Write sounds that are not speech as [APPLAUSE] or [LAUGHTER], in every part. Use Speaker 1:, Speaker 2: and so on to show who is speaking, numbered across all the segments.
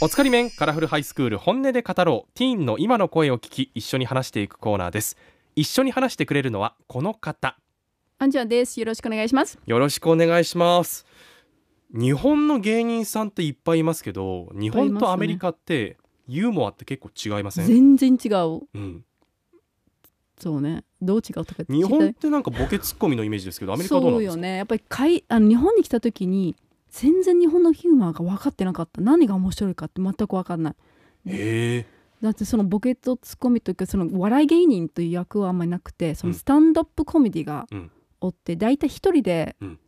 Speaker 1: おつかり面カラフルハイスクール本音で語ろうティーンの今の声を聞き一緒に話していくコーナーです一緒に話してくれるのはこの方
Speaker 2: アンちゃんです。よろしくお願いします。
Speaker 1: よろしくお願いします日本の芸人さんっていっぱいいますけど日
Speaker 2: いっぱいい
Speaker 1: 本
Speaker 2: ますね
Speaker 1: とアメリカってユーモアって結構違いません、
Speaker 2: 全然違う。
Speaker 1: うん、
Speaker 2: そうね。どう違うとか。
Speaker 1: 日本ってなんかボケツッコミのイメージですけどアメリカはどうな
Speaker 2: そ
Speaker 1: ん
Speaker 2: う
Speaker 1: です
Speaker 2: よ
Speaker 1: か、
Speaker 2: ね。やっぱりかいあの日本に来た時に全然日本のヒューマーが分かってなかった。何が面白いかって全く分かんない。
Speaker 1: へえ
Speaker 2: だってそのボケとツッコミというかその笑い芸人という役はあんまりなくてそうの
Speaker 1: ん
Speaker 2: スタンドアップコメディが
Speaker 1: うん
Speaker 2: おって大体一人で
Speaker 1: うん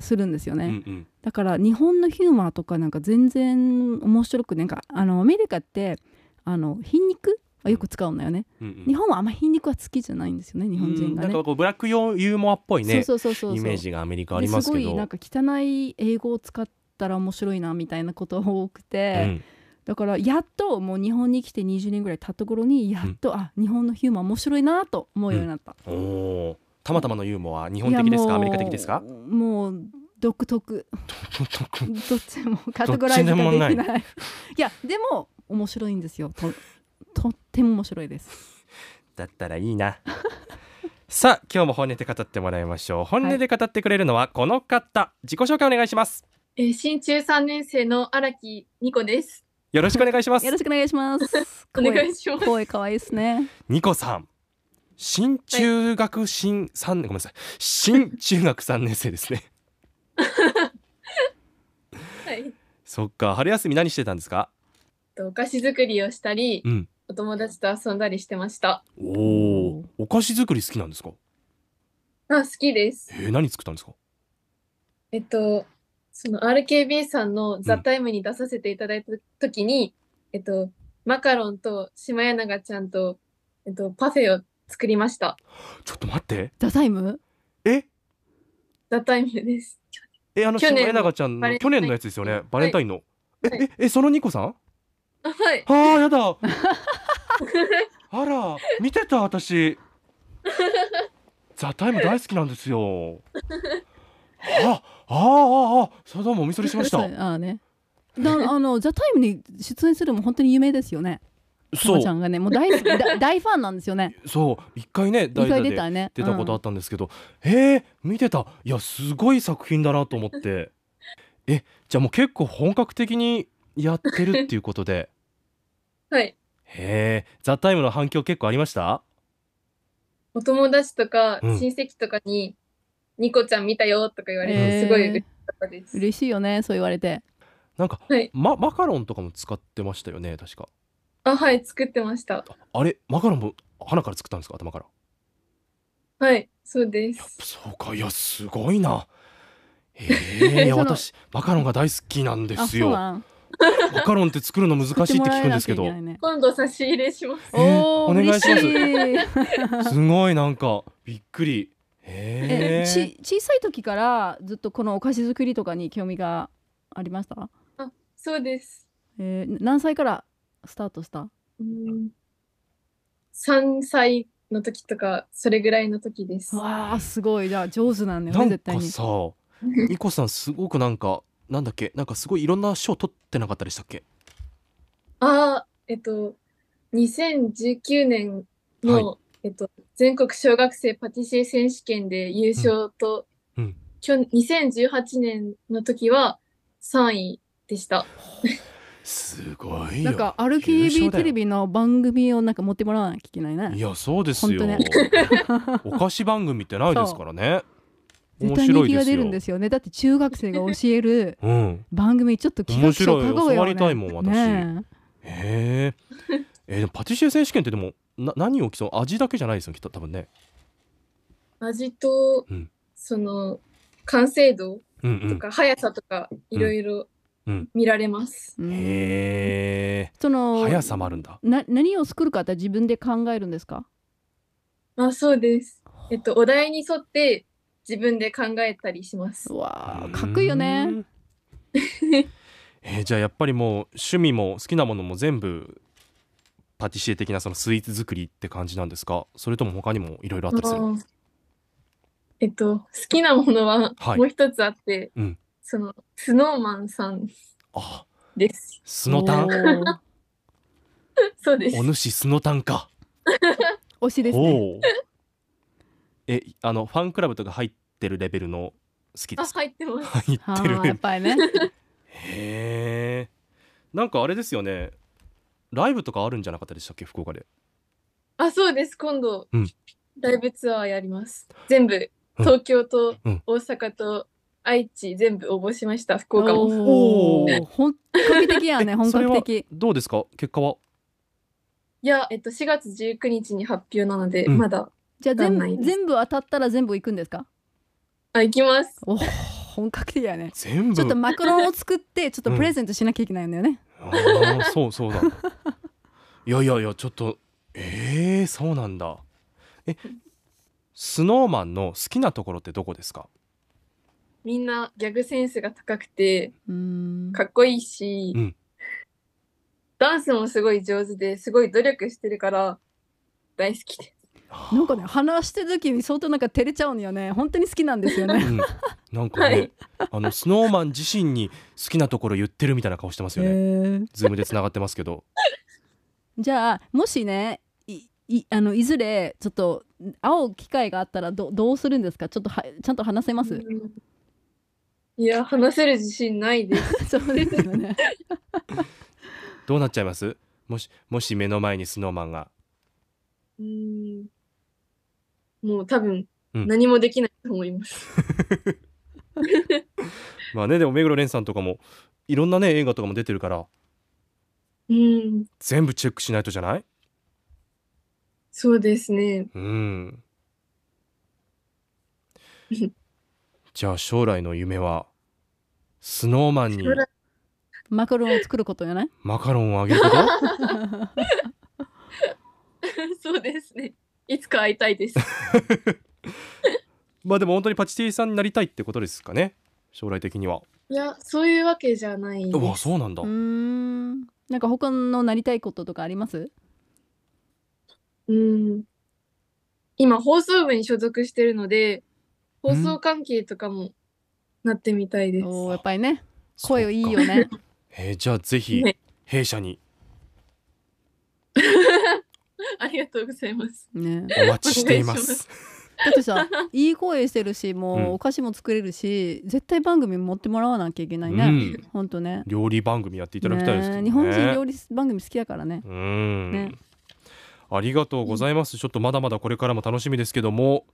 Speaker 2: するんですよね。
Speaker 1: うんうん
Speaker 2: だから日本のヒューマーとかなんか全然面白くなんかあのアメリカってあの皮肉はよく使うんだよね。
Speaker 1: うんうん
Speaker 2: 日本はあんま皮肉は好きじゃないんですよね日本人が
Speaker 1: うんなん
Speaker 2: ね。
Speaker 1: かこうブラック用ユーモアっぽいね
Speaker 2: そうそうそうそう
Speaker 1: イメージがアメリカあ
Speaker 2: で
Speaker 1: りますすけ
Speaker 2: ご
Speaker 1: ど
Speaker 2: いなんか汚い英語を使ったら面白いなみたいなことが多くて、
Speaker 1: うん
Speaker 2: だからやっともう日本に来て20年ぐらい経った頃にやっと、あ日本のヒューマン面白いなと思うようになった。
Speaker 1: おおーたまたまのユーモア日本的です
Speaker 2: いやもう
Speaker 1: かアメリカ的ですか
Speaker 2: もう独特どっちもカテゴライズ
Speaker 1: どっちで
Speaker 2: が
Speaker 1: も
Speaker 2: でき
Speaker 1: な
Speaker 2: ないいいやでも面白いんですよととっても面白いです
Speaker 1: だったらいいな [LAUGHS] さあ今日も本音で語ってもらいましょう本音で語ってくれるのはこの方、自己紹介お願いします
Speaker 3: えー新中3年生の荒木ニコです。
Speaker 1: よろしくお願いします
Speaker 2: よろしくお願いします
Speaker 3: [LAUGHS] お願いします。
Speaker 2: 声可愛いですね
Speaker 1: ニコさん新中学新三年、ごめんなさい新中学三年生ですね [LAUGHS]
Speaker 3: はい。
Speaker 1: そっか春休み何してたんですか
Speaker 3: とお菓子作りをしたり、
Speaker 1: うん
Speaker 3: お友達と遊んだりしてました。
Speaker 1: おおお菓子作り好きなんですか
Speaker 3: あ、好きです。
Speaker 1: えー、何作ったんですか
Speaker 3: えっと、その RKB さんのザタイムに出させていただいた時に、えっと、マカロンと島柳がちゃんと、えっと、パフェを作りました。
Speaker 1: ちょっと待って
Speaker 2: ダサイム
Speaker 1: え
Speaker 3: ザタイムです。
Speaker 1: えあの
Speaker 3: 去
Speaker 1: 島
Speaker 3: 年の
Speaker 1: 江永ちゃん
Speaker 3: バレンタイ
Speaker 1: の去
Speaker 3: ン
Speaker 1: 年のやつですよねバレンタインの、
Speaker 3: はい
Speaker 1: えええそのニコさん
Speaker 3: あはい。
Speaker 1: あーやだあら見てた私ザ・タイム大好きなんですよあああーあーあーそれどうもお見それしました
Speaker 2: ダサいああねだあの
Speaker 1: [LAUGHS]
Speaker 2: 「ザタイムに出演するのも本当に有名ですよねた
Speaker 1: そ
Speaker 2: まちゃ
Speaker 1: うん
Speaker 2: がねも
Speaker 1: [LAUGHS]
Speaker 2: う大好きだ大ファンなんですよね
Speaker 1: そう一回ね
Speaker 2: 一
Speaker 1: 代打
Speaker 2: 回
Speaker 1: で
Speaker 2: 出たね
Speaker 1: 出たことあ
Speaker 2: う
Speaker 1: っ
Speaker 2: ん
Speaker 1: たんですけど、へえ見てたいやすごい作品だなと思ってえじゃあもう結構本格的にやってるっていうことで
Speaker 3: はい。
Speaker 1: へえ「ザ・タイムの反響結構ありました
Speaker 3: お友達とか
Speaker 1: うん
Speaker 3: 親戚とかに、ニコちゃん見たよとか言われ
Speaker 2: へ
Speaker 3: て、
Speaker 2: ー
Speaker 3: すごい嬉しかったです。
Speaker 2: 嬉しいよねそう言われて
Speaker 1: なんか、
Speaker 3: はい
Speaker 1: ま、マカロンとかも使ってましたよね確か
Speaker 3: あ、はい、作ってました。
Speaker 1: あれマカロンも花から作ったんですか頭から
Speaker 3: はい、そうです。
Speaker 1: そうかいやすごいなええいや
Speaker 2: [LAUGHS] その
Speaker 1: 私マカロンが大好きなんで
Speaker 2: あ
Speaker 1: す
Speaker 2: そう
Speaker 1: よ
Speaker 2: なん
Speaker 1: マカロンって作るの難しいって聞くんですけど
Speaker 2: 送ってもらえなきゃいないね
Speaker 3: 今度差し入れします。
Speaker 1: えーお願いします
Speaker 2: 嬉し
Speaker 1: [LAUGHS]
Speaker 2: い
Speaker 1: すごいなんかびっくりへ
Speaker 2: え
Speaker 1: え
Speaker 2: ち小さい時からずっとこのお菓子作りとかに興味がありました、
Speaker 3: そうです。
Speaker 2: えー何歳からスタートした
Speaker 3: うん、3歳の時とか、それぐらいの時です。
Speaker 2: わあすごいじゃあ上手なんだよ
Speaker 1: な
Speaker 2: ね
Speaker 1: ん
Speaker 2: 絶対
Speaker 1: か
Speaker 2: に
Speaker 1: さニコさんすごくなんかなんだっけなんかすごいいろんな賞取ってなかったでしたっけ
Speaker 3: [LAUGHS] ああ、えっと、2019年の、
Speaker 1: は
Speaker 3: えっと、全国小学生パティシエ選手権で優勝と、
Speaker 1: うんうん
Speaker 3: 去2018年の時は3位でした。
Speaker 1: すごいよ
Speaker 2: なんか
Speaker 1: 優勝だ
Speaker 2: RKB
Speaker 1: よ
Speaker 2: テレビの番組をなんか持ってもらわなきゃいけないね
Speaker 1: いやそうですよ、
Speaker 2: ほんとね
Speaker 1: お菓子番組ってないですから
Speaker 2: [LAUGHS]
Speaker 1: ね
Speaker 2: 絶
Speaker 1: 面
Speaker 2: 対
Speaker 1: 白
Speaker 2: 人
Speaker 1: い
Speaker 2: 気
Speaker 1: で
Speaker 2: が
Speaker 1: す
Speaker 2: 出
Speaker 1: よ
Speaker 2: るんですよねだって中学生が教える
Speaker 1: うん
Speaker 2: 番組ちょっと企画書
Speaker 1: 面白い
Speaker 2: 書こうよ、ね、
Speaker 1: 教わりたいもん私
Speaker 2: ね
Speaker 1: へええーでもパティシエ選手権ってでもな何を競う味だけじゃないですよきっと多分ね
Speaker 3: 味と、
Speaker 1: うん
Speaker 3: その、完成度
Speaker 1: うんう
Speaker 3: とか、速さとか、いろいろ
Speaker 1: うん
Speaker 3: 見られます。
Speaker 2: えうん
Speaker 1: へえ
Speaker 2: その
Speaker 1: 速さもあるんだ
Speaker 2: な何を作るかって自分で考えるんですか
Speaker 3: あ、そうです。えっと、お題に沿って自分で考えたりします
Speaker 2: う。わあかっこいいよね
Speaker 1: うんえーじゃあやっぱりもう趣味も好きなものも全部パティシエ的なそのスイーツ作りって感じなんですかそれとも他にもいろいろあったりする
Speaker 3: あーえっと、好きなものは
Speaker 1: はい
Speaker 3: もう一つあって、
Speaker 1: うん
Speaker 3: その、スノーマンさん
Speaker 1: あ
Speaker 3: です。
Speaker 1: スノタン
Speaker 2: おー
Speaker 3: そうです
Speaker 1: お。主スノタンか
Speaker 2: 推しです
Speaker 1: お
Speaker 2: ね
Speaker 1: おえあのファンクラブとか入ってるレベルの好きで
Speaker 3: あ、
Speaker 1: すか
Speaker 3: 入ってます。
Speaker 1: 入
Speaker 2: は
Speaker 1: って
Speaker 2: あやっ
Speaker 1: る
Speaker 2: ぱりね
Speaker 1: へえんかあれですよねライブとかあるんじゃなかったでしたっけ福岡で
Speaker 3: あ、そうです。今度
Speaker 1: うん、
Speaker 3: ライブツアーやります。全部、東京と
Speaker 1: うん
Speaker 3: 大阪と愛知、全部応募しました。福岡も。
Speaker 2: お
Speaker 1: お
Speaker 2: ー本格的やね
Speaker 1: え
Speaker 2: 本
Speaker 1: それ
Speaker 2: 格
Speaker 1: は
Speaker 2: 的
Speaker 1: どうですか結果はい
Speaker 3: や、えっと、4月19日に発表なので、
Speaker 1: うん
Speaker 3: まだ、
Speaker 2: じゃあ
Speaker 3: わか
Speaker 2: 全
Speaker 3: んな
Speaker 2: 部
Speaker 3: いです
Speaker 2: 全部当たったら全部行くんですか
Speaker 3: あ、行きます。
Speaker 2: おー本格的やね
Speaker 1: 全部
Speaker 2: ちょっとマクロンを作ってちょっとプレゼントしなきゃいけないんだよね、
Speaker 1: あーそうそうだいやいやいやちょっとえー、そうなんだえスノーマンの好きなところってどこですか
Speaker 3: みんなギャグセンスが高くて、
Speaker 2: うーん
Speaker 3: かっこいいし、
Speaker 1: うん
Speaker 3: ダンスもすごい上手ですごい努力してるから、大好きです。
Speaker 2: なんかね話してる時に相当なんか照れちゃうんよね本当に好きなんですよね
Speaker 1: うん、なんかね、
Speaker 3: はい
Speaker 1: あのスノーマン自身に好きなところ言ってるみたいな顔してますよね、
Speaker 2: へー
Speaker 1: ズームでつながってますけど
Speaker 2: じゃあもしねいいあのいずれちょっと会う機会があったらどどうするんですかちょっとはちゃんと話せます、
Speaker 3: うんいや、話せる自信ないです。
Speaker 2: [LAUGHS]
Speaker 3: [LAUGHS]
Speaker 2: そうですよね
Speaker 1: どうなっちゃいますもしもし目の前にスノーマンが
Speaker 3: うんもう多分、
Speaker 1: うん
Speaker 3: 何もできないと思います。
Speaker 1: まあねでも目黒蓮さんとかもいろんなね映画とかも出てるから
Speaker 3: うん、
Speaker 1: 全部チェックしないとじゃない
Speaker 3: そうですね。
Speaker 2: [LAUGHS]
Speaker 1: うん。じゃあ将来の夢はスノーマンに
Speaker 3: 将来
Speaker 2: マカロンを作ることやね
Speaker 1: マカロンをあげ
Speaker 2: [LAUGHS]
Speaker 1: ること
Speaker 3: [LAUGHS] そうですね。いつか会いたいです。
Speaker 1: [LAUGHS] まあでも本当にパチティさんになりたいってことですかね将来的には。
Speaker 3: いや、そういうわけじゃないう
Speaker 1: わ
Speaker 3: です。
Speaker 1: そうなんだ。
Speaker 2: うー
Speaker 1: うん
Speaker 2: なんか他のなりたいこととかあります
Speaker 3: うん。今、放送部に所属してるので、放送関係とかもなってみたいです。
Speaker 2: おーやっぱりね声をいいよね
Speaker 1: えーじゃあぜひ
Speaker 3: ね
Speaker 1: 弊社に
Speaker 3: ありがとうございます。
Speaker 2: ね
Speaker 1: お待ちしていま
Speaker 3: お願い
Speaker 1: す。
Speaker 2: だってさいい声してるしもう
Speaker 1: うん
Speaker 2: お菓子も作れるし、絶対番組持ってもらわなきゃいけないね、
Speaker 1: うん
Speaker 2: ほんとね
Speaker 1: 料理番組やっていただきたいですけど
Speaker 2: ね
Speaker 1: ね。
Speaker 2: 日本人料理番組好きだからね
Speaker 1: うん、
Speaker 2: ね
Speaker 1: ありがとうございます。ちょっとまだまだこれからも楽しみですけども、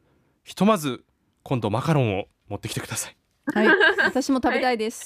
Speaker 1: ひとまず今度マカロンを持ってきてください。
Speaker 2: はい私も食べたいです、